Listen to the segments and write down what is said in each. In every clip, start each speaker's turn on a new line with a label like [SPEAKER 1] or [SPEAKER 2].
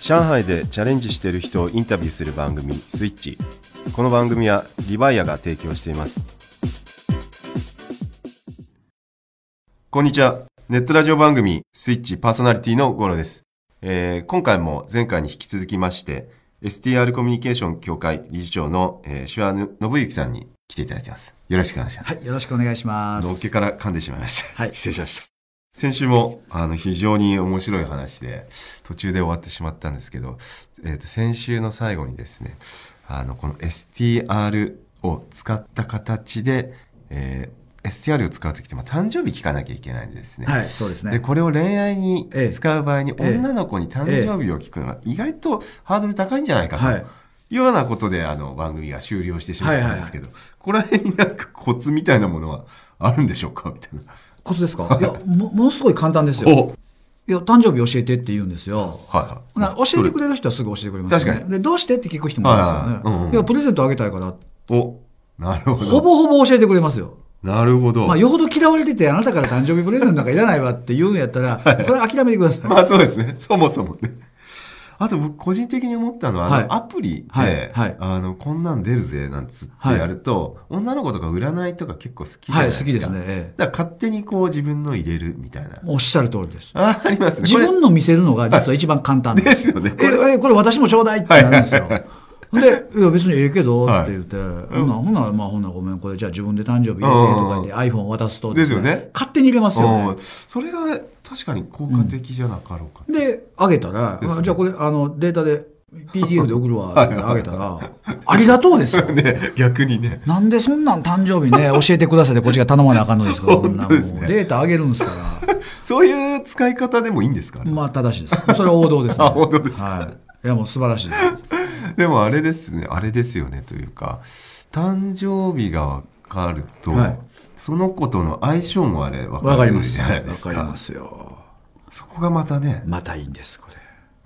[SPEAKER 1] 上海でチャレンジしている人をインタビューする番組スイッチこの番組はリバイアが提供していますこんにちはネットラジオ番組スイッチパーソナリティのゴロです、えー今回も前回に引き続きまして STR コミュニケーション協会理事長の、えー、手話信之さんに来ていただきますよろしくお願いします
[SPEAKER 2] はい、よろしくお願いします。
[SPEAKER 1] のっけから噛んでしまいました
[SPEAKER 2] はい、失礼しました。
[SPEAKER 1] 先週もあの非常に面白い話で途中で終わってしまったんですけど、えー、と先週の最後にですねあのこの STR を使った形で、えー STR を使う時ってまあ誕生日聞かなきゃいけないんですね。
[SPEAKER 2] はい、そうですね。
[SPEAKER 1] でこれを恋愛に
[SPEAKER 2] ええ
[SPEAKER 1] 使う場合に、
[SPEAKER 2] ええ
[SPEAKER 1] 女の子に誕生日を聞くのは意外とハードル高いんじゃないかと。
[SPEAKER 2] はいいう
[SPEAKER 1] ようなことであの番組が終了してしまったんですけど、ここら辺になんかコツみたいなものはあるんでしょうかみたいな。
[SPEAKER 2] コツですかいやも、ものすごい簡単ですよ。
[SPEAKER 1] お
[SPEAKER 2] いや、誕生日教えてって言うんですよ。
[SPEAKER 1] はいは、
[SPEAKER 2] ない教えてくれる人はすぐ教えてくれますよ、ね。
[SPEAKER 1] 確か
[SPEAKER 2] で、どうしてって聞く人もいます
[SPEAKER 1] はいは
[SPEAKER 2] よ
[SPEAKER 1] いうんう
[SPEAKER 2] ね
[SPEAKER 1] ん。
[SPEAKER 2] いや、プレゼントあげたいから、
[SPEAKER 1] おなるほど
[SPEAKER 2] ほぼほぼ教えてくれますよ。
[SPEAKER 1] なるほど、
[SPEAKER 2] ま
[SPEAKER 1] ま
[SPEAKER 2] あ、
[SPEAKER 1] あ、
[SPEAKER 2] よほど嫌われてて、あなたから誕生日プレゼントなんかいらないわって言うんやったら、これは諦めてください。
[SPEAKER 1] そうですねそもそもねあと僕個人的に思ったのは、あの
[SPEAKER 2] は
[SPEAKER 1] アプリで、
[SPEAKER 2] はいはい
[SPEAKER 1] あのこんなん出るぜなんつって
[SPEAKER 2] はい
[SPEAKER 1] やると、女の子とか占いとか結構好きじゃな
[SPEAKER 2] はいい、
[SPEAKER 1] ですか、
[SPEAKER 2] 好きですね。え
[SPEAKER 1] だから勝手にこう自分の入れるみたいな
[SPEAKER 2] えおっしゃる通りです。
[SPEAKER 1] あありますね
[SPEAKER 2] 自分の見せるのが実は一番簡単
[SPEAKER 1] これ
[SPEAKER 2] で
[SPEAKER 1] で
[SPEAKER 2] す
[SPEAKER 1] すよねこれ
[SPEAKER 2] ええこれ私もちょうだいってなるんですよ。ほんで、いや別にええけど
[SPEAKER 1] はい
[SPEAKER 2] って言って、ほな、ほな、まあほなごめん、これじゃあ自分で誕生日入れてとか言って iPhone 渡すと
[SPEAKER 1] ですよね
[SPEAKER 2] 勝手に入れますよ
[SPEAKER 1] う
[SPEAKER 2] ね。
[SPEAKER 1] んそれが確かに効果的じゃなかろうか、
[SPEAKER 2] で、あげたら、
[SPEAKER 1] ですよね
[SPEAKER 2] あじゃあこれあのデータで PDF で送るわってあげたら、ありがとうですよ。
[SPEAKER 1] ね逆にね
[SPEAKER 2] なんでそんなん誕生 日ね、教えてくださいってこっちが頼まなあかんのですから、こんな
[SPEAKER 1] 本
[SPEAKER 2] ん
[SPEAKER 1] 当ですね
[SPEAKER 2] もうデータあげるんですか
[SPEAKER 1] そういう使い方でもいいんですか、あれ
[SPEAKER 2] ら、
[SPEAKER 1] は
[SPEAKER 2] まあ正しいです。それは王道ですね。
[SPEAKER 1] あ王道ですか
[SPEAKER 2] はい。いやもう素晴らしいです。
[SPEAKER 1] でもあれですねあれですよねというか誕生日が分かると、
[SPEAKER 2] はい
[SPEAKER 1] その子との相性もあれ分
[SPEAKER 2] わ
[SPEAKER 1] か
[SPEAKER 2] かり
[SPEAKER 1] る
[SPEAKER 2] ま
[SPEAKER 1] じ
[SPEAKER 2] す。
[SPEAKER 1] ゃな
[SPEAKER 2] わ
[SPEAKER 1] いです
[SPEAKER 2] か
[SPEAKER 1] か
[SPEAKER 2] りますよ。
[SPEAKER 1] そこがまたね
[SPEAKER 2] またいいんです、これ。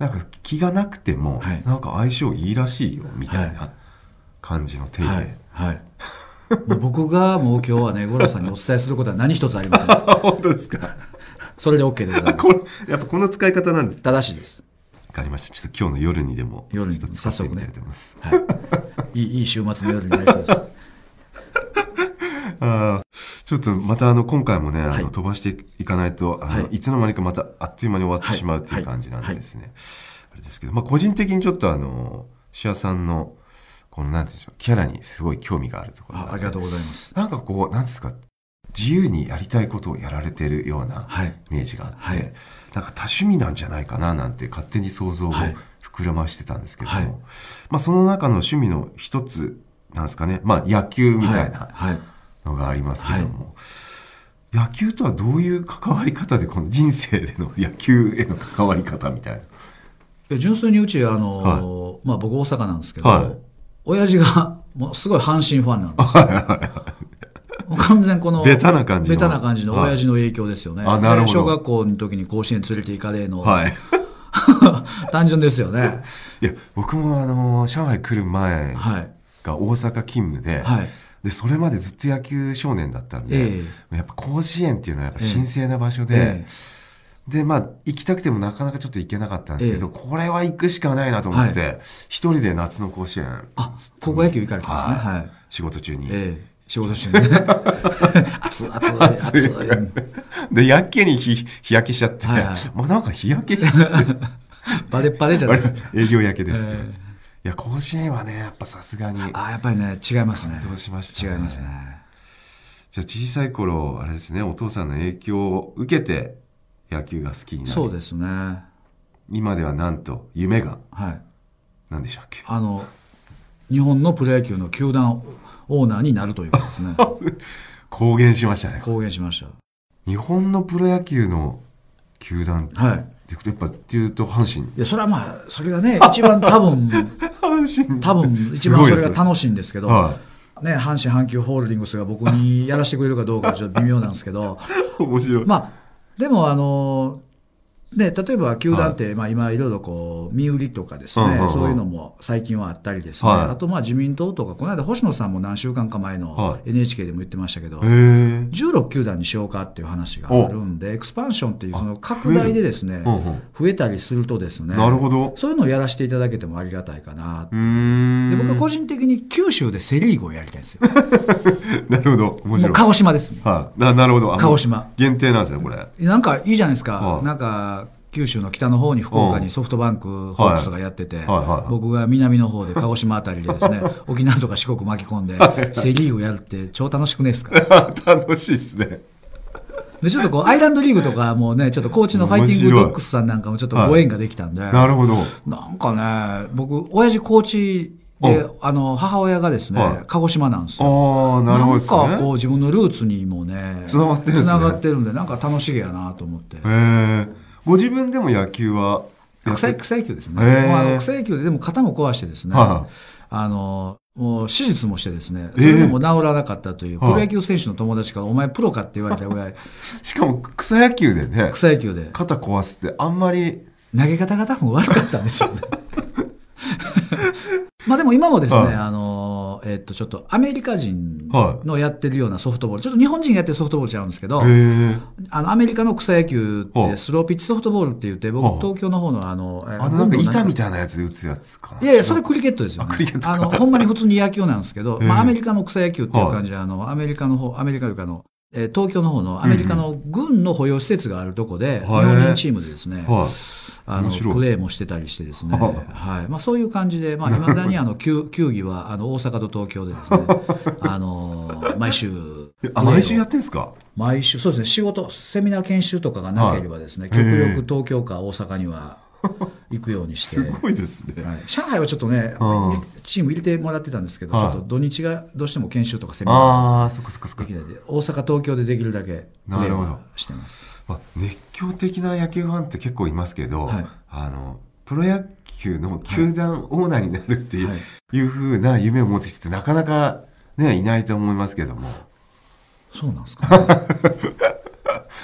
[SPEAKER 1] なんか気がなくても、
[SPEAKER 2] はい
[SPEAKER 1] なんか相性いいらしいよみたいな感じの手入れ、
[SPEAKER 2] はい。はい。もう僕がもう今日はね、五郎さんにお伝えすることは何一つありません。
[SPEAKER 1] あ 本当ですか
[SPEAKER 2] それで OK でございます。
[SPEAKER 1] これやっぱこの使い方なんです
[SPEAKER 2] 正しいです。
[SPEAKER 1] 分かりましたちょっと今日の夜にでも
[SPEAKER 2] 夜に
[SPEAKER 1] ちょっと使ってみたいと思います、
[SPEAKER 2] はい。いい、いい週末の夜になりそうです。
[SPEAKER 1] あーちょっとまたあの今回もね、あ
[SPEAKER 2] は
[SPEAKER 1] の
[SPEAKER 2] い
[SPEAKER 1] 飛ばしていかないとあの、
[SPEAKER 2] はい
[SPEAKER 1] い、つの間にかまたあっという間に終わって
[SPEAKER 2] はい
[SPEAKER 1] しまうという感じなんですね、あれですけど、まあ、個人的にちょっとあのシアさんのこのなんていうんでしょうキャラにすごい興味があるところ
[SPEAKER 2] あありがとう
[SPEAKER 1] う
[SPEAKER 2] ございます。
[SPEAKER 1] なんかこうなんですか自由にやりたいことをやられてるような
[SPEAKER 2] はい。
[SPEAKER 1] イメージがあって、
[SPEAKER 2] はい
[SPEAKER 1] なんか多趣味なんじゃないかななんて勝手に想像を
[SPEAKER 2] はい
[SPEAKER 1] 膨らましてたんですけども、
[SPEAKER 2] はい
[SPEAKER 1] まあ、その中の趣味の一つなんですかね、まあ、野球みたいな、
[SPEAKER 2] はい。はい
[SPEAKER 1] のがありますけども、野球とはどういう関わり方でこの人生での野球への関わり方みたいな。
[SPEAKER 2] いや純粋にうち、あの、まあ僕大阪なんですけど、
[SPEAKER 1] はい
[SPEAKER 2] 親父がもうすごい阪神ファンなんですよ。もう完全この
[SPEAKER 1] ベタな感じの
[SPEAKER 2] ベタな感じの親父の影響ですよね。
[SPEAKER 1] はいあなるほど
[SPEAKER 2] で小学校の時に甲子園連れて行かれの、
[SPEAKER 1] はい、
[SPEAKER 2] 単純ですよね。
[SPEAKER 1] いや僕もあの上海来る前
[SPEAKER 2] はい。
[SPEAKER 1] が大阪勤務で,、
[SPEAKER 2] はい。
[SPEAKER 1] でそれまでずっと野球少年だったんで、
[SPEAKER 2] え
[SPEAKER 1] やっぱ甲子園っていうのはやっぱ
[SPEAKER 2] ええ
[SPEAKER 1] 神聖な場所で、
[SPEAKER 2] ええ
[SPEAKER 1] でまあ行きたくてもなかなかちょっと行けなかったんですけど、
[SPEAKER 2] え
[SPEAKER 1] これは行くしかないなと思って、
[SPEAKER 2] は
[SPEAKER 1] 一人で夏の甲子園
[SPEAKER 2] あ、高校野球行かれてますね。はい。
[SPEAKER 1] 仕事中に、
[SPEAKER 2] ええ、仕事中 にね。熱い熱い熱い。
[SPEAKER 1] でやけに日日焼けしちゃって、
[SPEAKER 2] はいはい
[SPEAKER 1] もうなんか日焼けしちゃって
[SPEAKER 2] バレッバレじゃないですか。
[SPEAKER 1] 営業焼けですって、
[SPEAKER 2] ええ
[SPEAKER 1] いや甲子園はねやっぱさすがにど
[SPEAKER 2] あ、やっぱりね、違いますね。
[SPEAKER 1] うしました
[SPEAKER 2] 違い
[SPEAKER 1] ね
[SPEAKER 2] ますね。
[SPEAKER 1] じゃあ小さい頃あれですねお父さんの影響を受けて野球が好きにな
[SPEAKER 2] そう
[SPEAKER 1] り
[SPEAKER 2] ですね。は
[SPEAKER 1] 今ではなんと夢が
[SPEAKER 2] い。
[SPEAKER 1] 何でしたっけ
[SPEAKER 2] あの、日本のプロ野球の球団オーナーになるということです ね。
[SPEAKER 1] 公言しましたね
[SPEAKER 2] 公言しまし。
[SPEAKER 1] 日本のプロ野球の球団った
[SPEAKER 2] はい。
[SPEAKER 1] てやっぱっていうと阪神
[SPEAKER 2] いや、それはまあ、それが ね、一番多分、
[SPEAKER 1] 阪神
[SPEAKER 2] 多分、一
[SPEAKER 1] すご
[SPEAKER 2] 番
[SPEAKER 1] い
[SPEAKER 2] そ
[SPEAKER 1] で
[SPEAKER 2] れ
[SPEAKER 1] す
[SPEAKER 2] が
[SPEAKER 1] ね
[SPEAKER 2] 楽しいんですけど、
[SPEAKER 1] は
[SPEAKER 2] ね、阪神阪急ホールディングスが僕にやらせてくれるかどうかちょっと微妙なんですけど、
[SPEAKER 1] い面白い、
[SPEAKER 2] まあ、でも、あの、で例えば球団って、まあ、今いろいろこう身売りとかですね、
[SPEAKER 1] うんうんうん
[SPEAKER 2] そういうのも最近はあったりですね、
[SPEAKER 1] はい
[SPEAKER 2] あとまあ自民党とかこの間星野さんも何週間か
[SPEAKER 1] は
[SPEAKER 2] 前の NHK でも言ってましたけど、
[SPEAKER 1] へえ。
[SPEAKER 2] 16球団にしようかっていう話があるんでエクスパンションっていうその拡大でですね
[SPEAKER 1] うんうん
[SPEAKER 2] 増えたりするとですね
[SPEAKER 1] なるほど。
[SPEAKER 2] そういうのをやらせていただけてもありがたいかな
[SPEAKER 1] うーん。
[SPEAKER 2] で僕は個人的に九州でセ・リーグをやりたいんですよ
[SPEAKER 1] なるほど。面
[SPEAKER 2] も
[SPEAKER 1] 白
[SPEAKER 2] う
[SPEAKER 1] い。
[SPEAKER 2] 鹿児島です
[SPEAKER 1] はい。ななるほど。あ
[SPEAKER 2] 鹿児島。
[SPEAKER 1] 限定なんですね、これ。
[SPEAKER 2] なんかいいじゃないですか、
[SPEAKER 1] はい
[SPEAKER 2] なんか九州の北の方に福岡
[SPEAKER 1] う
[SPEAKER 2] に
[SPEAKER 1] ん
[SPEAKER 2] ソフトバンク、ホークスがやってて、
[SPEAKER 1] はいはい
[SPEAKER 2] 僕が南の方で鹿児島あたりでですね沖縄とか四国巻き込んで、セ・リーグやるって超楽しくねえですか
[SPEAKER 1] 楽しいですね。
[SPEAKER 2] でちょっとこうアイランドリーグとかもねちょっとコーチのファイティングドッグスさんなんかもちょっとご縁ができたんで、
[SPEAKER 1] なるほど。
[SPEAKER 2] なんかね僕親父コーチであの母親がですね、
[SPEAKER 1] はい
[SPEAKER 2] 鹿児島なんですよ
[SPEAKER 1] ああ、なるほどです
[SPEAKER 2] なんかこう
[SPEAKER 1] ね。
[SPEAKER 2] 自分のルーツにもね
[SPEAKER 1] つながってるんですね
[SPEAKER 2] つながってるんでなんか楽しげやなと思って
[SPEAKER 1] へえ。ご自分でも野球はやって
[SPEAKER 2] 草野草野球ですね、
[SPEAKER 1] へー
[SPEAKER 2] もうあの草野球ででも肩も壊してですね、
[SPEAKER 1] は
[SPEAKER 2] あのもう手術もしてですね
[SPEAKER 1] え
[SPEAKER 2] そ
[SPEAKER 1] ー
[SPEAKER 2] れでも治らなかったという、
[SPEAKER 1] は
[SPEAKER 2] プ
[SPEAKER 1] い
[SPEAKER 2] ロ野球選手の友達から「お前プロか?」って言われた ぐらい
[SPEAKER 1] いしかも草野球でね、
[SPEAKER 2] 草野球で
[SPEAKER 1] 肩壊すってあんまり、
[SPEAKER 2] 投げ方が多分悪かったんでしょうね まあでも今もですね、
[SPEAKER 1] はい
[SPEAKER 2] あのえっとちょっとアメリカ人
[SPEAKER 1] は
[SPEAKER 2] のやってるようなソフトボール、ちょっと日本人がやってるソフトボールちゃうんですけど、
[SPEAKER 1] へえ。
[SPEAKER 2] あのアメリカの草野球っ
[SPEAKER 1] は
[SPEAKER 2] て
[SPEAKER 1] あ
[SPEAKER 2] スローピッチソフトボールって言って
[SPEAKER 1] はあ
[SPEAKER 2] 僕東京の方のあのえー
[SPEAKER 1] あのなんか
[SPEAKER 2] ロンドン
[SPEAKER 1] 板みたいなやつで打つやつかな。
[SPEAKER 2] いやいやそれクリケットですよ、ね、
[SPEAKER 1] あクリケットか
[SPEAKER 2] あのほんまに普通に野球なんですけど、
[SPEAKER 1] ええ
[SPEAKER 2] まあ、アメリカの草野球っていう感じで、あのアメリカの方アメリカというかあの、えー東京の方のアメリカの軍の保養施設があるとこで、日
[SPEAKER 1] はい
[SPEAKER 2] 本人チームでですね、
[SPEAKER 1] はい。
[SPEAKER 2] あの
[SPEAKER 1] 面白い
[SPEAKER 2] プレーもしてたりしてですね、
[SPEAKER 1] は
[SPEAKER 2] はいまあ、そういう感じで、まあ、未だにあの球球技はあの大阪と東京でで すねあの毎週
[SPEAKER 1] あ、毎週やってんすか
[SPEAKER 2] 毎週、そうですね、仕事、セミナー研修とかがなければですね、
[SPEAKER 1] はいへえ
[SPEAKER 2] 極力東京か大阪には行くようにして、
[SPEAKER 1] すごいですね。
[SPEAKER 2] はい上海はちょっとね、
[SPEAKER 1] うん
[SPEAKER 2] チーム入れてもらってたんですけど、
[SPEAKER 1] はい
[SPEAKER 2] ちょっと土日がどうしても研修とかセミナ
[SPEAKER 1] ああ、そっかそっかそっ
[SPEAKER 2] ー
[SPEAKER 1] か
[SPEAKER 2] でき。ないで、大阪、東京でできるだけプレ
[SPEAKER 1] なる
[SPEAKER 2] ー
[SPEAKER 1] ほど
[SPEAKER 2] はしてます。
[SPEAKER 1] まあ、熱狂的な野球ファンって結構いますけど、
[SPEAKER 2] はい
[SPEAKER 1] あのプロ野球の球団オーナーになるっていう,、
[SPEAKER 2] はい
[SPEAKER 1] い、うふうな夢を持ってきてなかなか、ね、いないと思いますけど も
[SPEAKER 2] そうなんですか、ね、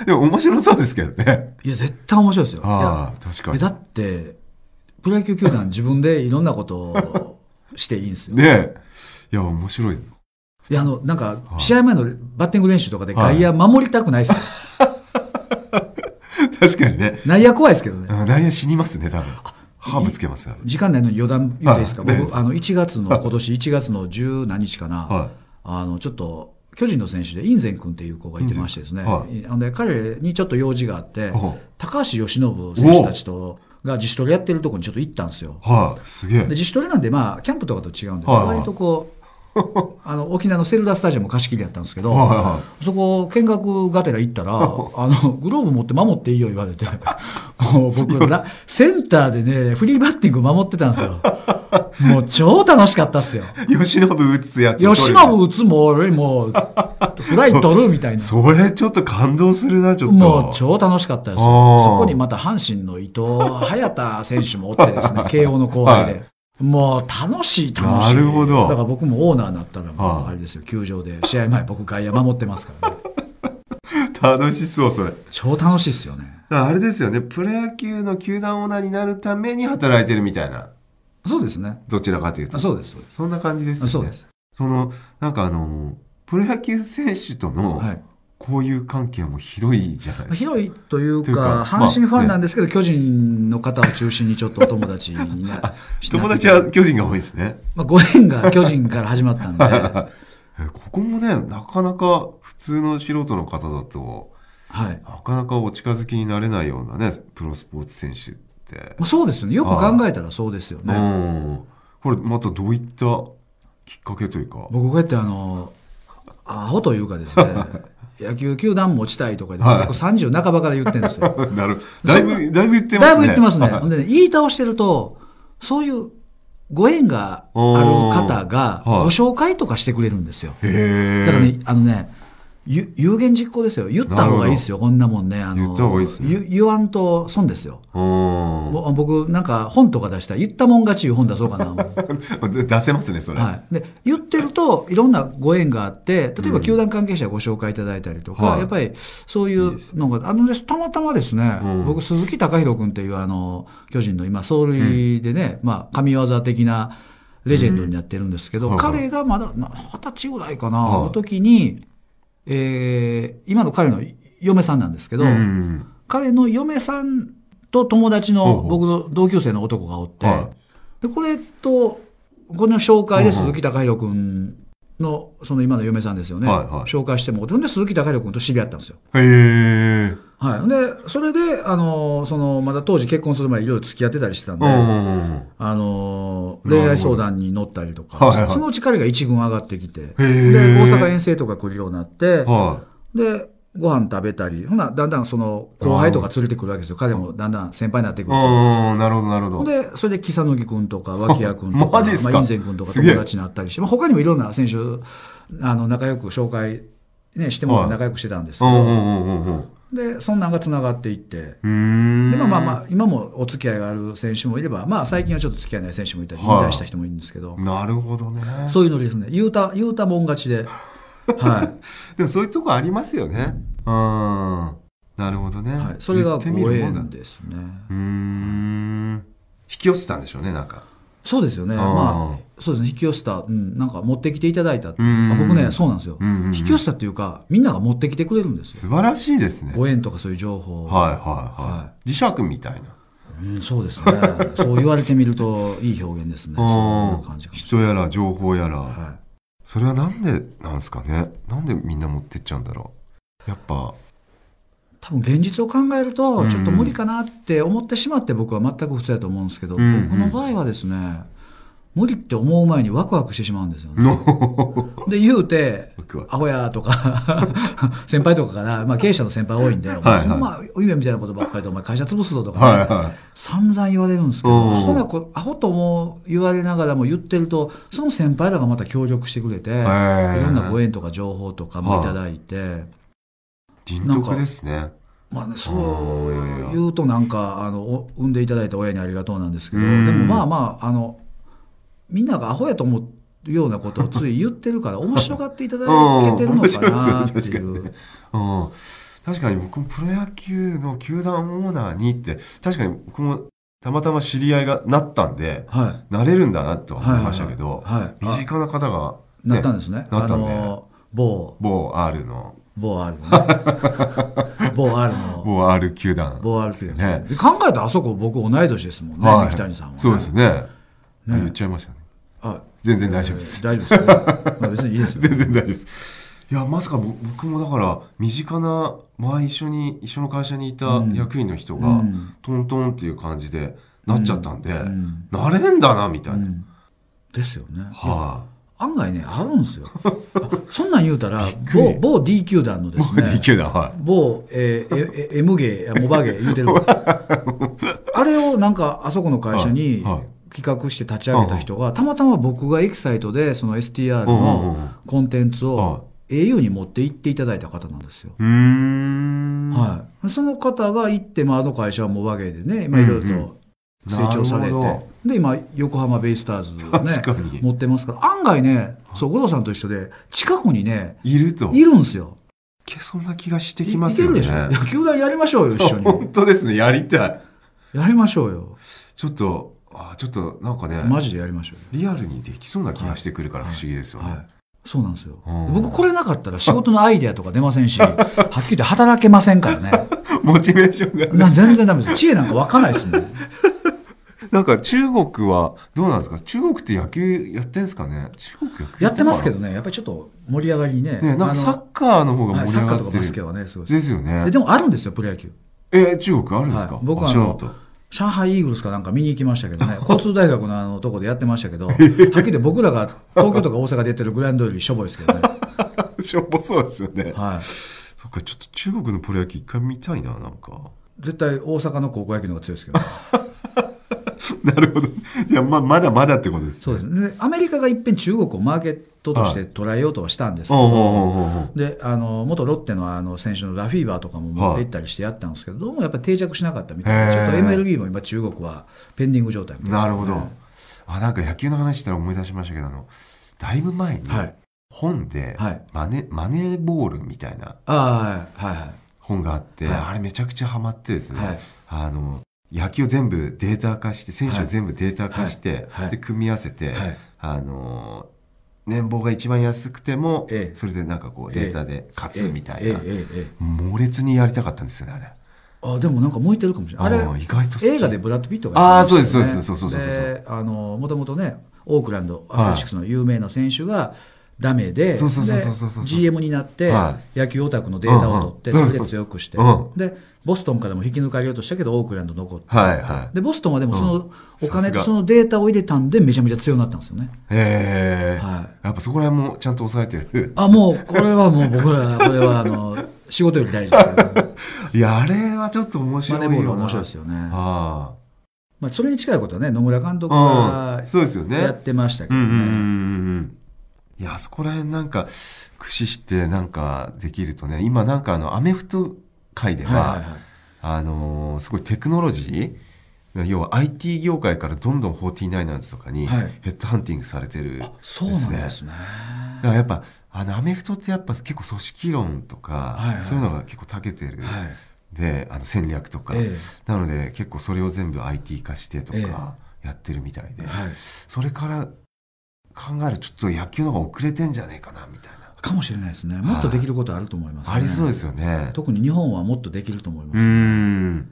[SPEAKER 1] でも面白そうですけどね。
[SPEAKER 2] いや、絶対面白いですよ。いや
[SPEAKER 1] ああ確か
[SPEAKER 2] え
[SPEAKER 1] に
[SPEAKER 2] だって、プロ野球球団、自分でいろんなことをしていいんですよ。
[SPEAKER 1] ねえいや面白い
[SPEAKER 2] いや、あの、なんか、
[SPEAKER 1] い
[SPEAKER 2] 試合前のバッティング練習とかで
[SPEAKER 1] はい
[SPEAKER 2] 外野守りたくな いですよ。
[SPEAKER 1] 確かにね
[SPEAKER 2] 内野怖いですけどね。
[SPEAKER 1] うん内野死にますね多分歯ぶつけますから
[SPEAKER 2] 時間ないのに余談言っていいですか、
[SPEAKER 1] はい
[SPEAKER 2] 僕、あの1月の、今年1月の十何日かな、
[SPEAKER 1] は
[SPEAKER 2] あのちょっと巨人の選手で、印善君っていう子がいてましてですね、
[SPEAKER 1] 印
[SPEAKER 2] あので彼にちょっと用事があって
[SPEAKER 1] ほう、
[SPEAKER 2] 高橋由伸選手たちとが自主トレやってるところにちょっと行ったんですよ。
[SPEAKER 1] いはいすげえ
[SPEAKER 2] で自主トレなんで、まあ、キャンプとかと違うんで、
[SPEAKER 1] はいはい
[SPEAKER 2] 割とこ う、あの沖縄のセルダースタジアム貸し切りやったんですけど、
[SPEAKER 1] はいは
[SPEAKER 2] そこ、見学がてら 行ったら、あのグローブ持って守っていいよ言われて、もう僕ら、センターでね、フリーバッティング守ってたんですよ。もう超楽しかったっすよ。
[SPEAKER 1] 吉信打つやつ取る
[SPEAKER 2] 吉野打つも、俺もう、フライ取るみたいな。
[SPEAKER 1] それちょっと感動するなちょっと
[SPEAKER 2] もう超楽しかったですよ
[SPEAKER 1] あー
[SPEAKER 2] そこにまた阪神の伊藤隼太選手もおって ですね、慶応の後輩で。
[SPEAKER 1] は
[SPEAKER 2] もう楽しい楽しい。
[SPEAKER 1] なるほど
[SPEAKER 2] だから僕もオーナーになったらもう
[SPEAKER 1] はい
[SPEAKER 2] あれですよ、球場で試合前僕外野守ってますからね。
[SPEAKER 1] 楽しそうそれ
[SPEAKER 2] 超楽しいですよね。
[SPEAKER 1] だからあれですよね、プロ野球の球団オーナーになるために働いてるみたいな、
[SPEAKER 2] そうですね。
[SPEAKER 1] どちらかというと。
[SPEAKER 2] あそうです、そうです。
[SPEAKER 1] そんな感じですよ
[SPEAKER 2] あ
[SPEAKER 1] ね。
[SPEAKER 2] そうです。
[SPEAKER 1] その、なんかあの、プロ野球選手との
[SPEAKER 2] はい。
[SPEAKER 1] 交友関係も広いじゃないですか。
[SPEAKER 2] 広いという
[SPEAKER 1] という
[SPEAKER 2] か、
[SPEAKER 1] か
[SPEAKER 2] 阪神ファンなんですけど、巨人の方を中心にちょっとお友達にな
[SPEAKER 1] 友達は、巨人が多いですね。
[SPEAKER 2] まあ、ご縁が巨人から始まったんで、は
[SPEAKER 1] えここもね、なかなか普通の素人の方だと、
[SPEAKER 2] い。
[SPEAKER 1] なかなかお近づきになれないようなね、プロスポーツ選手って
[SPEAKER 2] まあ、。そうですよね。よく考えたらそうですよ
[SPEAKER 1] う
[SPEAKER 2] ね。
[SPEAKER 1] ん。これまたどういったきっかけというか。
[SPEAKER 2] 僕こうやってあのアホというか ですね野球球団持ちたいとかで、
[SPEAKER 1] はい
[SPEAKER 2] 結構30半ばから言ってるんですよ
[SPEAKER 1] なるだいぶ、だいぶ言ってますね。
[SPEAKER 2] だいぶ言ってますね
[SPEAKER 1] はい
[SPEAKER 2] ほんでね言い倒してるとそういうご縁がある方が
[SPEAKER 1] おーはい
[SPEAKER 2] ご紹介とかしてくれるんですよ
[SPEAKER 1] へえ。
[SPEAKER 2] だからねあのねゆ有言実行ですよ。言った方がいいですよ、こんなもんね。あの
[SPEAKER 1] 言った方がいいっすね
[SPEAKER 2] ゆ言わんと損ですよ。
[SPEAKER 1] おー
[SPEAKER 2] ぼ僕、なんか本とか出したら、言ったもん勝ちいう本出そうかな。
[SPEAKER 1] 出せますね、それ。
[SPEAKER 2] はい、で言ってるといろんなご縁があって例えば球団関係者ご紹介いただいたりとか、
[SPEAKER 1] はい
[SPEAKER 2] やっぱりそうい
[SPEAKER 1] いいうです
[SPEAKER 2] のがあのねたまたまですね、
[SPEAKER 1] うん
[SPEAKER 2] 僕鈴木貴弘君っていうあの巨人の今走塁でね、まあ、神業的なレジェンドになってるんですけど、
[SPEAKER 1] うん
[SPEAKER 2] 彼がまだまあ二十歳ぐらいかな、
[SPEAKER 1] はい
[SPEAKER 2] の時に、えー今の彼の嫁さんなんですけど、
[SPEAKER 1] うん
[SPEAKER 2] 彼の嫁さんと友達
[SPEAKER 1] ほう
[SPEAKER 2] の
[SPEAKER 1] ほう
[SPEAKER 2] 僕の同級生の男がおって、
[SPEAKER 1] は
[SPEAKER 2] でこれとこの紹介で
[SPEAKER 1] ほうほ
[SPEAKER 2] 鈴
[SPEAKER 1] う
[SPEAKER 2] 木貴弘君のその今の嫁さんですよね、
[SPEAKER 1] はいはい
[SPEAKER 2] 紹介してもらってほんで鈴木貴弘君と知り合ったんですよ。
[SPEAKER 1] へえ。
[SPEAKER 2] はい、でそれであのそのまだ当時結婚する前いろいろ付き合ってたりしてたんで、
[SPEAKER 1] うん。
[SPEAKER 2] あの
[SPEAKER 1] なるほど
[SPEAKER 2] 恋愛相談に乗ったりとか、
[SPEAKER 1] はいはい
[SPEAKER 2] そのうち彼が一軍上がってきてで
[SPEAKER 1] ー
[SPEAKER 2] 大阪遠征とか来るようになって、
[SPEAKER 1] は
[SPEAKER 2] でご飯食べたりほなだんだんその後輩とか連れてくるわけですよ彼もだんだん先輩になって
[SPEAKER 1] い。
[SPEAKER 2] く
[SPEAKER 1] う
[SPEAKER 2] ると。
[SPEAKER 1] んうん、なるほど、なるほど。
[SPEAKER 2] でそれで草野木君とか脇谷君と
[SPEAKER 1] マ
[SPEAKER 2] か
[SPEAKER 1] ジっすか
[SPEAKER 2] まあ、印前君とか
[SPEAKER 1] すげえ
[SPEAKER 2] 友達になったりして、まあ、他にもいろんな選手あの仲良く紹介、ね、してもらって仲良くしてたんですけ
[SPEAKER 1] う
[SPEAKER 2] ど、
[SPEAKER 1] んうんうんうんうん。う
[SPEAKER 2] でそんなんがつながっていって。
[SPEAKER 1] ーん。
[SPEAKER 2] でまあまあまあ、今もお付き合いがある選手もいれば、まあ、最近はちょっと付き合いない選手もいたり、引
[SPEAKER 1] はい
[SPEAKER 2] 退した人もいるんですけど、
[SPEAKER 1] なるほどね。
[SPEAKER 2] そういうのですね、言うた、言うたもん勝ちで、は
[SPEAKER 1] でもそういうとこありますよね。うん。なるほどね。
[SPEAKER 2] い、はい、それが
[SPEAKER 1] 言ってみる
[SPEAKER 2] ご
[SPEAKER 1] もんだ
[SPEAKER 2] 縁ですね。
[SPEAKER 1] うーん。引き寄せたんでしょうね、なんか。
[SPEAKER 2] そうですよね、
[SPEAKER 1] うん
[SPEAKER 2] まあ、そうですね、引き寄せた、うん、なんか持ってきていただいたって
[SPEAKER 1] うんうんうん
[SPEAKER 2] あ僕ね、そうなんですよ、
[SPEAKER 1] うんうんうん
[SPEAKER 2] 引き寄せたっていうか、みんなが持ってきてくれるんですよ、
[SPEAKER 1] 素晴らしいですね。はい
[SPEAKER 2] ご縁とかそういう情報、
[SPEAKER 1] はい
[SPEAKER 2] は
[SPEAKER 1] はい。磁石みたいな。
[SPEAKER 2] うん、そうですね、そう言われてみると、 いい表現ですね、そんな
[SPEAKER 1] う
[SPEAKER 2] 感
[SPEAKER 1] ん
[SPEAKER 2] じ。かもし
[SPEAKER 1] 人やら情報や
[SPEAKER 2] れな
[SPEAKER 1] ら。
[SPEAKER 2] い、はい
[SPEAKER 1] それはなんでなんですかね。なんでみんな持ってっちゃうんだろう。やっ ぱ。
[SPEAKER 2] 多分現実を考える
[SPEAKER 1] う
[SPEAKER 2] と、
[SPEAKER 1] ん
[SPEAKER 2] ちょっと無理かなって思ってしまって、僕は全く普通だと思うんですけど、
[SPEAKER 1] うんうん
[SPEAKER 2] 僕の場合はですね、無理って思う前にワクワクしてしまうんですよね。
[SPEAKER 1] の。
[SPEAKER 2] で、言うて、
[SPEAKER 1] 僕は。
[SPEAKER 2] アホやとか、 先輩とかから、まあ、経営者の先輩多いんで、
[SPEAKER 1] はい
[SPEAKER 2] お前、ほんまお夢みたいなことばっかりで、お前、会社潰すぞとかね、
[SPEAKER 1] はいはい。
[SPEAKER 2] 散々言われるんですけ
[SPEAKER 1] うんう
[SPEAKER 2] ど、
[SPEAKER 1] ん
[SPEAKER 2] アホなこアホとも言われながらも言ってると、その先輩らがまた協力してくれて、い
[SPEAKER 1] ー
[SPEAKER 2] ろんなご縁とか情報とかもいただいて、
[SPEAKER 1] 人徳ですね。
[SPEAKER 2] まあね、そ
[SPEAKER 1] うん
[SPEAKER 2] う言うと、なんかあの、お産んでいただいた親にありがとうなんですけど、
[SPEAKER 1] う
[SPEAKER 2] で
[SPEAKER 1] ん
[SPEAKER 2] もまあまああの、みんながアホやと思うようなことをつい言ってるから、面白がっていただけてるのかなっ
[SPEAKER 1] う
[SPEAKER 2] てい
[SPEAKER 1] ん面白いですよね確かに
[SPEAKER 2] う
[SPEAKER 1] ね。うん、確かに僕もプロ野球の球団オーナーにって確かに僕もたまたま知り合いがなったんで
[SPEAKER 2] はい
[SPEAKER 1] なれるんだなとは思いましたけど、
[SPEAKER 2] はいはいはい
[SPEAKER 1] 身近な方が、
[SPEAKER 2] なったん
[SPEAKER 1] ね
[SPEAKER 2] ですね。
[SPEAKER 1] なったんで
[SPEAKER 2] あの某
[SPEAKER 1] 某 R の
[SPEAKER 2] 某 R の ね某 R の
[SPEAKER 1] 某 R 球団
[SPEAKER 2] 某 R っていう
[SPEAKER 1] ね
[SPEAKER 2] ね。考えたらあそこ僕同い年ですもんね、
[SPEAKER 1] はい
[SPEAKER 2] 三木谷さんはね。
[SPEAKER 1] そうですよね
[SPEAKER 2] ね
[SPEAKER 1] 言っちゃいましたね
[SPEAKER 2] あ
[SPEAKER 1] 全然大丈夫です、
[SPEAKER 2] 大丈夫ですよ。 まあ別にいいですよ。
[SPEAKER 1] 全然大丈夫ですいやまさか僕僕もだから身近な前一緒に一緒の会社にいた
[SPEAKER 2] うん
[SPEAKER 1] 役員の人が、
[SPEAKER 2] うん
[SPEAKER 1] トントンっていう感じでなっちゃったんで、
[SPEAKER 2] うん
[SPEAKER 1] なれんだなみたいな、
[SPEAKER 2] うんですよね。
[SPEAKER 1] は
[SPEAKER 2] 案外ね、あるんですよ。あそんなん言うたら、
[SPEAKER 1] くり
[SPEAKER 2] 某某 D 級団ので
[SPEAKER 1] い、
[SPEAKER 2] すね。
[SPEAKER 1] もう DQ だはい
[SPEAKER 2] 某、えー、ええ M 芸、モバ芸言 うてる。あれをなんか、あそこの会社に
[SPEAKER 1] はいはい
[SPEAKER 2] 企画して立ち上げた人が、たまたま僕がエキサイトで、その
[SPEAKER 1] う
[SPEAKER 2] STR
[SPEAKER 1] んうんうん
[SPEAKER 2] のコンテンツ
[SPEAKER 1] は
[SPEAKER 2] を au に持って行っていただいた方なんですよ。
[SPEAKER 1] うーん
[SPEAKER 2] はい。その方が行って、まあ、あの会社はモバ芸でね、今いろいろと成長されて、
[SPEAKER 1] なるほ
[SPEAKER 2] で、今、横浜ベイスターズをね、
[SPEAKER 1] 確かに
[SPEAKER 2] 持ってますから、案外ね、そう、五郎さんと一緒で、近くにね、
[SPEAKER 1] いるとい
[SPEAKER 2] いるんですよ。
[SPEAKER 1] けそうな気がして
[SPEAKER 2] い
[SPEAKER 1] きますよ
[SPEAKER 2] い
[SPEAKER 1] ね
[SPEAKER 2] けるでしょ。野球団やりましょうよ、一緒 に。
[SPEAKER 1] 本当ですねやりたい
[SPEAKER 2] やりましょうよ。
[SPEAKER 1] ちょっとあちょっとなんかね
[SPEAKER 2] マジでやりましょ
[SPEAKER 1] リアルにできそうな気がしてくるから不思議です
[SPEAKER 2] う
[SPEAKER 1] よ
[SPEAKER 2] よ。
[SPEAKER 1] ね、
[SPEAKER 2] はい。そうなんですよ
[SPEAKER 1] うん。
[SPEAKER 2] 僕これなかったら仕事のアイデアとか出ませんし、は っきり言って働けませんからね。
[SPEAKER 1] モチベーションが
[SPEAKER 2] な全然ダメです。知恵なんか湧かないですもん。
[SPEAKER 1] なんか中国はどうなんですか中国って野球やってんですかね中国野球のかな
[SPEAKER 2] やってますけどね、やっぱりちょっと盛り上がりにね。
[SPEAKER 1] ねなん
[SPEAKER 2] あ
[SPEAKER 1] か
[SPEAKER 2] の
[SPEAKER 1] サッカーの方が
[SPEAKER 2] はい
[SPEAKER 1] 盛り
[SPEAKER 2] サ
[SPEAKER 1] 上
[SPEAKER 2] ッカ
[SPEAKER 1] が
[SPEAKER 2] ーと
[SPEAKER 1] っ
[SPEAKER 2] か
[SPEAKER 1] て
[SPEAKER 2] バ
[SPEAKER 1] る
[SPEAKER 2] スケはね、すごいです。
[SPEAKER 1] ですよ
[SPEAKER 2] で
[SPEAKER 1] ね
[SPEAKER 2] でもあるんですよ、プロ野球。
[SPEAKER 1] えー中国あるんですか、
[SPEAKER 2] はい僕は
[SPEAKER 1] あ
[SPEAKER 2] あ
[SPEAKER 1] 知らなかっ
[SPEAKER 2] の
[SPEAKER 1] た
[SPEAKER 2] 上海イーグルスかなんか見に行きましたけど ね、交通大学のあのとこでやってましたけど、はっきり言って僕らが東京とか大阪でやってるグラウンドよりしょぼいですけどね。
[SPEAKER 1] しょぼそうですよね。
[SPEAKER 2] はい。
[SPEAKER 1] そっか、ちょっと中国のプロ野球一回見たいな、なんか。
[SPEAKER 2] 絶対大阪の高校野球の方が強いですけど。
[SPEAKER 1] なるほど。いや、ま、まだまだってことですね。
[SPEAKER 2] そうですね。でアメリカがいっぺん中国をマーケットとして捉えようとはしたんですけ
[SPEAKER 1] おうおう
[SPEAKER 2] ど、
[SPEAKER 1] おうおう
[SPEAKER 2] であの元ロッテのあの選手のラフィーバーとかも持って行ったりしてやったんですけど、どうもやっぱり定着しなかったみたい
[SPEAKER 1] へ
[SPEAKER 2] な、ちょ
[SPEAKER 1] ー
[SPEAKER 2] っと MLB も今、中国はペンディング状態みたいです
[SPEAKER 1] な
[SPEAKER 2] ね
[SPEAKER 1] るほど。あ、なんか野球の話したら思い出しましたけど、あの、だいぶ前に
[SPEAKER 2] はい、
[SPEAKER 1] 本で、
[SPEAKER 2] はい
[SPEAKER 1] マネ、マネーボールみたいな
[SPEAKER 2] ああ、はい、はい、
[SPEAKER 1] 本があって、
[SPEAKER 2] はい
[SPEAKER 1] あれめちゃくちゃハマってですね、
[SPEAKER 2] はい
[SPEAKER 1] あの、野球を全部データ化して、選手を全部データ化して、
[SPEAKER 2] はいはい
[SPEAKER 1] で、組み合わせて、
[SPEAKER 2] はい
[SPEAKER 1] あの、年俸が一番安くても、
[SPEAKER 2] ええ
[SPEAKER 1] それでなんかこうデータで勝つみたい
[SPEAKER 2] ええ
[SPEAKER 1] な、
[SPEAKER 2] ええええ
[SPEAKER 1] 猛烈にやりたかったんですよね、あれ。
[SPEAKER 2] あでもなんか向いてるかもしれない。あれ
[SPEAKER 1] うん意外と好き
[SPEAKER 2] 映画でブラッド・ピットがやってました
[SPEAKER 1] あーそ
[SPEAKER 2] よ
[SPEAKER 1] うですそうですそうですそうそうそう
[SPEAKER 2] であのもともとねオークランドアスレチックスの有名な選手がダメで,、
[SPEAKER 1] そうそうそう
[SPEAKER 2] で
[SPEAKER 1] そうそうそう
[SPEAKER 2] GM になって
[SPEAKER 1] は
[SPEAKER 2] 野球オタクのデータを取って、
[SPEAKER 1] うんうん
[SPEAKER 2] それで強くして、
[SPEAKER 1] うん
[SPEAKER 2] でボストンからも引き抜かれようとしたけどオークランド残って、
[SPEAKER 1] はいはい。
[SPEAKER 2] でボストンはでもその
[SPEAKER 1] うん
[SPEAKER 2] お
[SPEAKER 1] さ
[SPEAKER 2] 金
[SPEAKER 1] す
[SPEAKER 2] と
[SPEAKER 1] が
[SPEAKER 2] そのデータを入れたんでめちゃめちゃ強くなったんですよね。
[SPEAKER 1] へえ、
[SPEAKER 2] は
[SPEAKER 1] やっぱそこら辺もちゃんと抑えてる。
[SPEAKER 2] あもうこれはもう僕らこれは あの仕事より大事ですよね
[SPEAKER 1] いや、あれはちょっと面白
[SPEAKER 2] マ
[SPEAKER 1] い
[SPEAKER 2] ネ
[SPEAKER 1] よ
[SPEAKER 2] ー
[SPEAKER 1] な。
[SPEAKER 2] ボールは面白いですよね。
[SPEAKER 1] あ
[SPEAKER 2] まあ、それに近いことはね野村監督
[SPEAKER 1] あ。う
[SPEAKER 2] が
[SPEAKER 1] ん。そうですよね。
[SPEAKER 2] やってましたけ
[SPEAKER 1] う
[SPEAKER 2] ど
[SPEAKER 1] ん
[SPEAKER 2] ね、
[SPEAKER 1] うんうんうんうん。いや、そこら辺なんか、駆使してなんかできるとね、今なんかあの、アメフト界では、
[SPEAKER 2] はいはいはい
[SPEAKER 1] あのーすごいテクノロジー、要は IT 業界からどんどん49なんとかに
[SPEAKER 2] はい
[SPEAKER 1] ヘッドハンティングされてる、
[SPEAKER 2] そうなん
[SPEAKER 1] で
[SPEAKER 2] ですすね
[SPEAKER 1] だからやっぱあのアメフトってやっぱ結構組織論とか、
[SPEAKER 2] はいはい
[SPEAKER 1] そういうのが結構長けてる、
[SPEAKER 2] はい
[SPEAKER 1] であの戦略とか、
[SPEAKER 2] ええ
[SPEAKER 1] なので結構それを全部 IT 化してとかやってるみたいで、
[SPEAKER 2] はい
[SPEAKER 1] それから考えるとちょっと野球の方が遅れてんじゃねえかなみたいな、
[SPEAKER 2] かもしれないですねもっとできることあると思います、ね
[SPEAKER 1] ありそうですよね。
[SPEAKER 2] 特に日本はもっとできると思います、
[SPEAKER 1] うん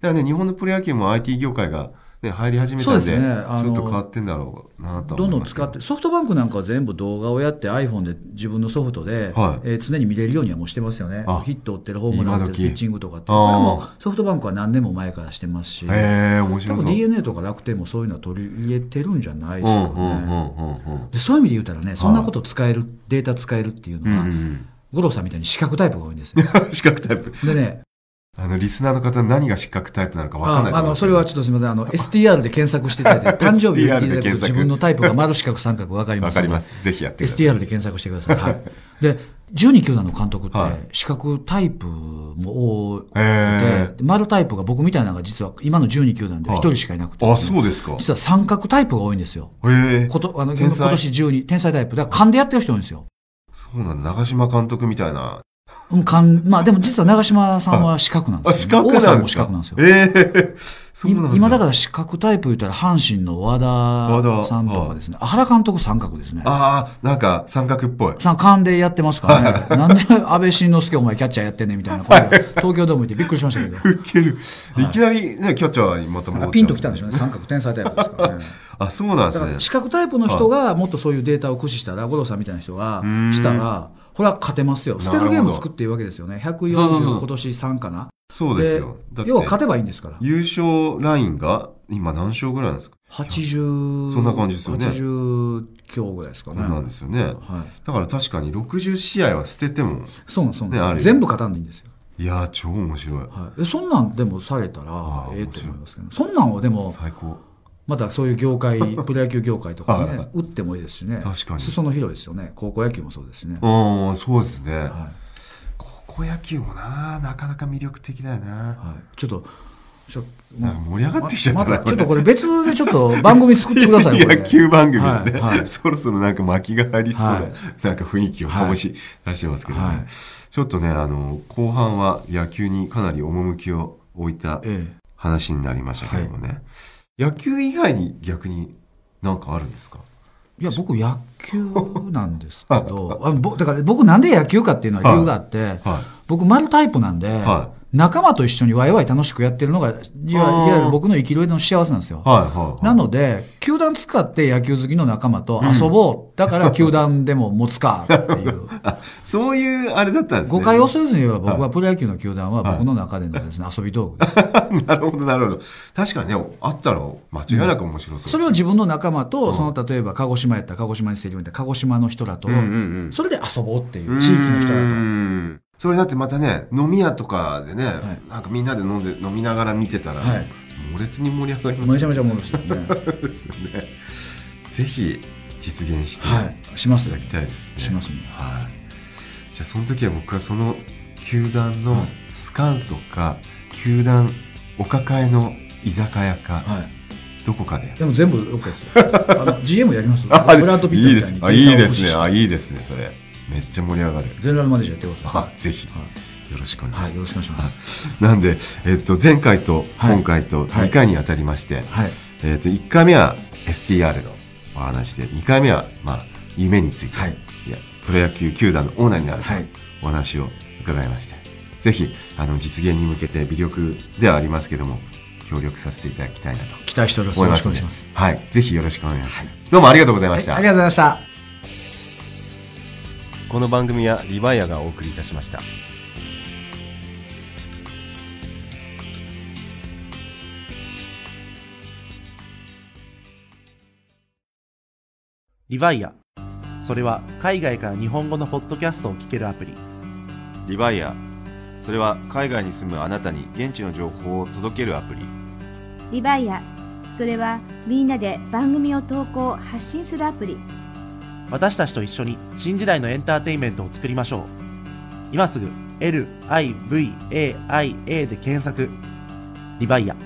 [SPEAKER 1] だからね日本のプロ野球も IT 業界が、ね、入り始めたんで
[SPEAKER 2] そうですねあ
[SPEAKER 1] ちょ
[SPEAKER 2] の
[SPEAKER 1] っと変わってんだろうなとは
[SPEAKER 2] どん
[SPEAKER 1] 思
[SPEAKER 2] ど
[SPEAKER 1] い
[SPEAKER 2] ん
[SPEAKER 1] ますけ
[SPEAKER 2] 使ってソフトバンクなんかは全部動画をやって iPhone で自分のソフトで、
[SPEAKER 1] はい
[SPEAKER 2] えー常に見れるようにはもうしてますよね
[SPEAKER 1] あ
[SPEAKER 2] ヒット打ってるホームラン打って
[SPEAKER 1] 今時
[SPEAKER 2] るピッチングとかって
[SPEAKER 1] あ
[SPEAKER 2] こ
[SPEAKER 1] ー
[SPEAKER 2] れもソフトバンクは何年も前からしてますし
[SPEAKER 1] へ
[SPEAKER 2] 多
[SPEAKER 1] え面白そう
[SPEAKER 2] 分 d n a とか楽天もそういうのは取り入れてるんじゃないです
[SPEAKER 1] う
[SPEAKER 2] かね、
[SPEAKER 1] んうんうんうんうん
[SPEAKER 2] でそういう意味で言うたらねそんなこと使える、データ使えるっていう
[SPEAKER 1] うん
[SPEAKER 2] のは、
[SPEAKER 1] うん
[SPEAKER 2] 五郎さんみたいに四角タイプが多いんです よ
[SPEAKER 1] うん、資格タイプ
[SPEAKER 2] でね
[SPEAKER 1] あのリスナーの方何が資格タイプなのか分かんない
[SPEAKER 2] あ
[SPEAKER 1] と思
[SPEAKER 2] あ
[SPEAKER 1] い
[SPEAKER 2] の
[SPEAKER 1] ます
[SPEAKER 2] そ
[SPEAKER 1] け
[SPEAKER 2] れ
[SPEAKER 1] ど
[SPEAKER 2] はちょっとすみませんあの STR で検索していただ いて誕生日を言っていただ
[SPEAKER 1] STR で
[SPEAKER 2] くと
[SPEAKER 1] 検索
[SPEAKER 2] 自分のタイプが丸四角三角分かりま
[SPEAKER 1] わ
[SPEAKER 2] す
[SPEAKER 1] かりますぜひやってください
[SPEAKER 2] STR で検索してください、はい、で12球団の監督って
[SPEAKER 1] はい
[SPEAKER 2] 四角タイプも多くて、
[SPEAKER 1] へえ
[SPEAKER 2] で丸タイプが僕みたいなのが実は今の12球団で一人しかいなくて、
[SPEAKER 1] あそうですかへ
[SPEAKER 2] 実は三角タイプが多いんですよ
[SPEAKER 1] え
[SPEAKER 2] ことあの今
[SPEAKER 1] 天
[SPEAKER 2] 年
[SPEAKER 1] 才
[SPEAKER 2] 12天才タイプだから勘でやってる人多いんですよ
[SPEAKER 1] そうなんだ長嶋監督みたいな
[SPEAKER 2] うん、かんまあでも実は長嶋さんは四角なんで
[SPEAKER 1] あ
[SPEAKER 2] す
[SPEAKER 1] 資
[SPEAKER 2] よ、
[SPEAKER 1] 格
[SPEAKER 2] 王さ
[SPEAKER 1] なんん
[SPEAKER 2] も
[SPEAKER 1] です
[SPEAKER 2] 四
[SPEAKER 1] か
[SPEAKER 2] 角なんですよ。
[SPEAKER 1] ええそうなんだ
[SPEAKER 2] い今だから四角タイプ言ったら阪神の和田さんとかですね、原監督三角ですね。
[SPEAKER 1] ああなんか三角っぽい
[SPEAKER 2] さん勘でやってますからね、なんで安倍晋之助お前キャッチャーやってんねんみたいな、これ東京ドーム行ってびっくりしましたけど、
[SPEAKER 1] いける、い、きなりねキャッチャーにまた戻っちゃう
[SPEAKER 2] なんかピンときたんでしょうね、三角天才タイプですからね。
[SPEAKER 1] あ そうなんで
[SPEAKER 2] だ
[SPEAKER 1] す
[SPEAKER 2] か
[SPEAKER 1] ね
[SPEAKER 2] ら四角タイプの人がもっとそういうデータを駆使したら、五郎さんみたいな人がしたら、これは勝てますよ、
[SPEAKER 1] なる
[SPEAKER 2] 捨
[SPEAKER 1] ほ
[SPEAKER 2] て
[SPEAKER 1] ど
[SPEAKER 2] るゲーム作っていうわけですよね、
[SPEAKER 1] そうそうそう
[SPEAKER 2] 140、今年3かな。
[SPEAKER 1] そうですよだって
[SPEAKER 2] 要は勝てばいいんですから。
[SPEAKER 1] 優勝ラインが今何勝ぐらいなんですか
[SPEAKER 2] 80
[SPEAKER 1] そんな感じですよね
[SPEAKER 2] 80強ぐらいですか
[SPEAKER 1] こ
[SPEAKER 2] ね
[SPEAKER 1] れなんですよね、
[SPEAKER 2] はい、
[SPEAKER 1] だから確かに60試合は捨てても
[SPEAKER 2] そうなんですそう
[SPEAKER 1] ねあ
[SPEAKER 2] な
[SPEAKER 1] る
[SPEAKER 2] ん
[SPEAKER 1] よ
[SPEAKER 2] です全部勝たんでいいんですよ、
[SPEAKER 1] いやー超面白い
[SPEAKER 2] はい、えそんなんでもされた
[SPEAKER 1] あ
[SPEAKER 2] ら
[SPEAKER 1] ー
[SPEAKER 2] ええと思いますけどそんなんをでも
[SPEAKER 1] 最高
[SPEAKER 2] またそういう業 界プロ野球業界とか
[SPEAKER 1] はい
[SPEAKER 2] ね打ってもいいですしね
[SPEAKER 1] 確かに
[SPEAKER 2] 裾の広いですよね高校野球もそうですしね、
[SPEAKER 1] うんそうですね、
[SPEAKER 2] は
[SPEAKER 1] 高校野球もななかなか魅力的だよ
[SPEAKER 2] い
[SPEAKER 1] な、
[SPEAKER 2] はい、ちょっとちょ
[SPEAKER 1] なんか盛り上がってきちゃったな、
[SPEAKER 2] まま
[SPEAKER 1] こ
[SPEAKER 2] ち
[SPEAKER 1] れ
[SPEAKER 2] ょっとこれ別でちょっと番組作ってください よこれ
[SPEAKER 1] 野球番組でね、
[SPEAKER 2] はいはい
[SPEAKER 1] そろそろなんか巻きがありそうな、
[SPEAKER 2] はい
[SPEAKER 1] なんか雰囲気を醸し出してますけどね、
[SPEAKER 2] はい
[SPEAKER 1] ちょっとねあの後半は野球にかなり趣を置いた
[SPEAKER 2] ええ
[SPEAKER 1] 話になりましたけどもね、野球以外に逆に何かあるんですか
[SPEAKER 2] いや僕野球なんですけ どあのぼだから僕なんで野球かっていうのは理由があって、
[SPEAKER 1] はい
[SPEAKER 2] 僕丸タイプなんで、
[SPEAKER 1] は
[SPEAKER 2] 仲間と一緒にワイワイ楽しくやってるのがいわい
[SPEAKER 1] あー
[SPEAKER 2] わゆる僕の生きる上での幸せなんですよ。
[SPEAKER 1] はいはい、はい、
[SPEAKER 2] なので球団使って野球好きの仲間と遊ぼう、だから球団でも持つかっていう
[SPEAKER 1] あそういうあれだったんですね
[SPEAKER 2] 誤解を恐れずに言えば僕はプロ野球の球団は僕の中でのです、ね、遊び道具です
[SPEAKER 1] なるほどなるほど確かにねあったら間違いなく面白そう、
[SPEAKER 2] それを自分の仲間とその例えば鹿児島やったら鹿児島に勢力にったら鹿児島の人らと、
[SPEAKER 1] うんうん
[SPEAKER 2] それで遊ぼうってい
[SPEAKER 1] うん
[SPEAKER 2] う地域の人
[SPEAKER 1] う
[SPEAKER 2] らと。
[SPEAKER 1] んそれだってまたね飲み屋とかでね、
[SPEAKER 2] い
[SPEAKER 1] なんかみんなで飲んで飲みながら見てたら、
[SPEAKER 2] はい
[SPEAKER 1] 猛烈に盛り上がります
[SPEAKER 2] めちゃめちゃおもろいですよね
[SPEAKER 1] ですよね。ぜひ実現して
[SPEAKER 2] はいしま
[SPEAKER 1] い
[SPEAKER 2] す
[SPEAKER 1] ただきたいですね。
[SPEAKER 2] しますね
[SPEAKER 1] はい。じゃあその時は僕はその球団の
[SPEAKER 2] はい
[SPEAKER 1] スカウトか、球団お抱えの居酒屋か、
[SPEAKER 2] はい
[SPEAKER 1] どこかで。
[SPEAKER 2] でも全部 OK ですよあの GM や りますブラッド・ピット
[SPEAKER 1] いい
[SPEAKER 2] み
[SPEAKER 1] で
[SPEAKER 2] たい
[SPEAKER 1] す
[SPEAKER 2] に。
[SPEAKER 1] あいいですね。あいい
[SPEAKER 2] データを駆使して
[SPEAKER 1] ですね。それめっちゃ盛り上がる。
[SPEAKER 2] ゼネラルマネージャーやってください
[SPEAKER 1] あぜひよろしくお願いします。
[SPEAKER 2] はい、はい、よろしくお願いします
[SPEAKER 1] なんで、えっと、前回と
[SPEAKER 2] はい
[SPEAKER 1] 今回と
[SPEAKER 2] はい
[SPEAKER 1] 2回にあたりまして、
[SPEAKER 2] はい
[SPEAKER 1] えっと、1回目は STR のお話で、2回目は、まあ、夢について、
[SPEAKER 2] はいい
[SPEAKER 1] や、プロ野球球団のオーナーになると
[SPEAKER 2] はい
[SPEAKER 1] お話を伺いまして、ぜひ、あの、実現に向けて微力ではありますけども、協力させていただきたいなと
[SPEAKER 2] 期待しております
[SPEAKER 1] 思
[SPEAKER 2] よ
[SPEAKER 1] い
[SPEAKER 2] ろ
[SPEAKER 1] ま
[SPEAKER 2] しく
[SPEAKER 1] す
[SPEAKER 2] お
[SPEAKER 1] の
[SPEAKER 2] 願い
[SPEAKER 1] で
[SPEAKER 2] します、
[SPEAKER 1] はい、ぜひよろしくお願いします。どうもありがとうございました。
[SPEAKER 2] はいありがとうございました
[SPEAKER 1] この番組はリバイアがお送りいたしました。
[SPEAKER 3] リヴァイア。それは海外から日本語のポッドキャストを聞けるアプリ。
[SPEAKER 1] リバイアそれは海外に住むあなたに現地の情報を届けるアプリ
[SPEAKER 4] リバイアそれはみんなで番組を投稿発信するアプリ
[SPEAKER 3] 私たちと一緒に新時代のエンターテインメントを作りましょう。今すぐ LIVAIA で検索。リヴァイア。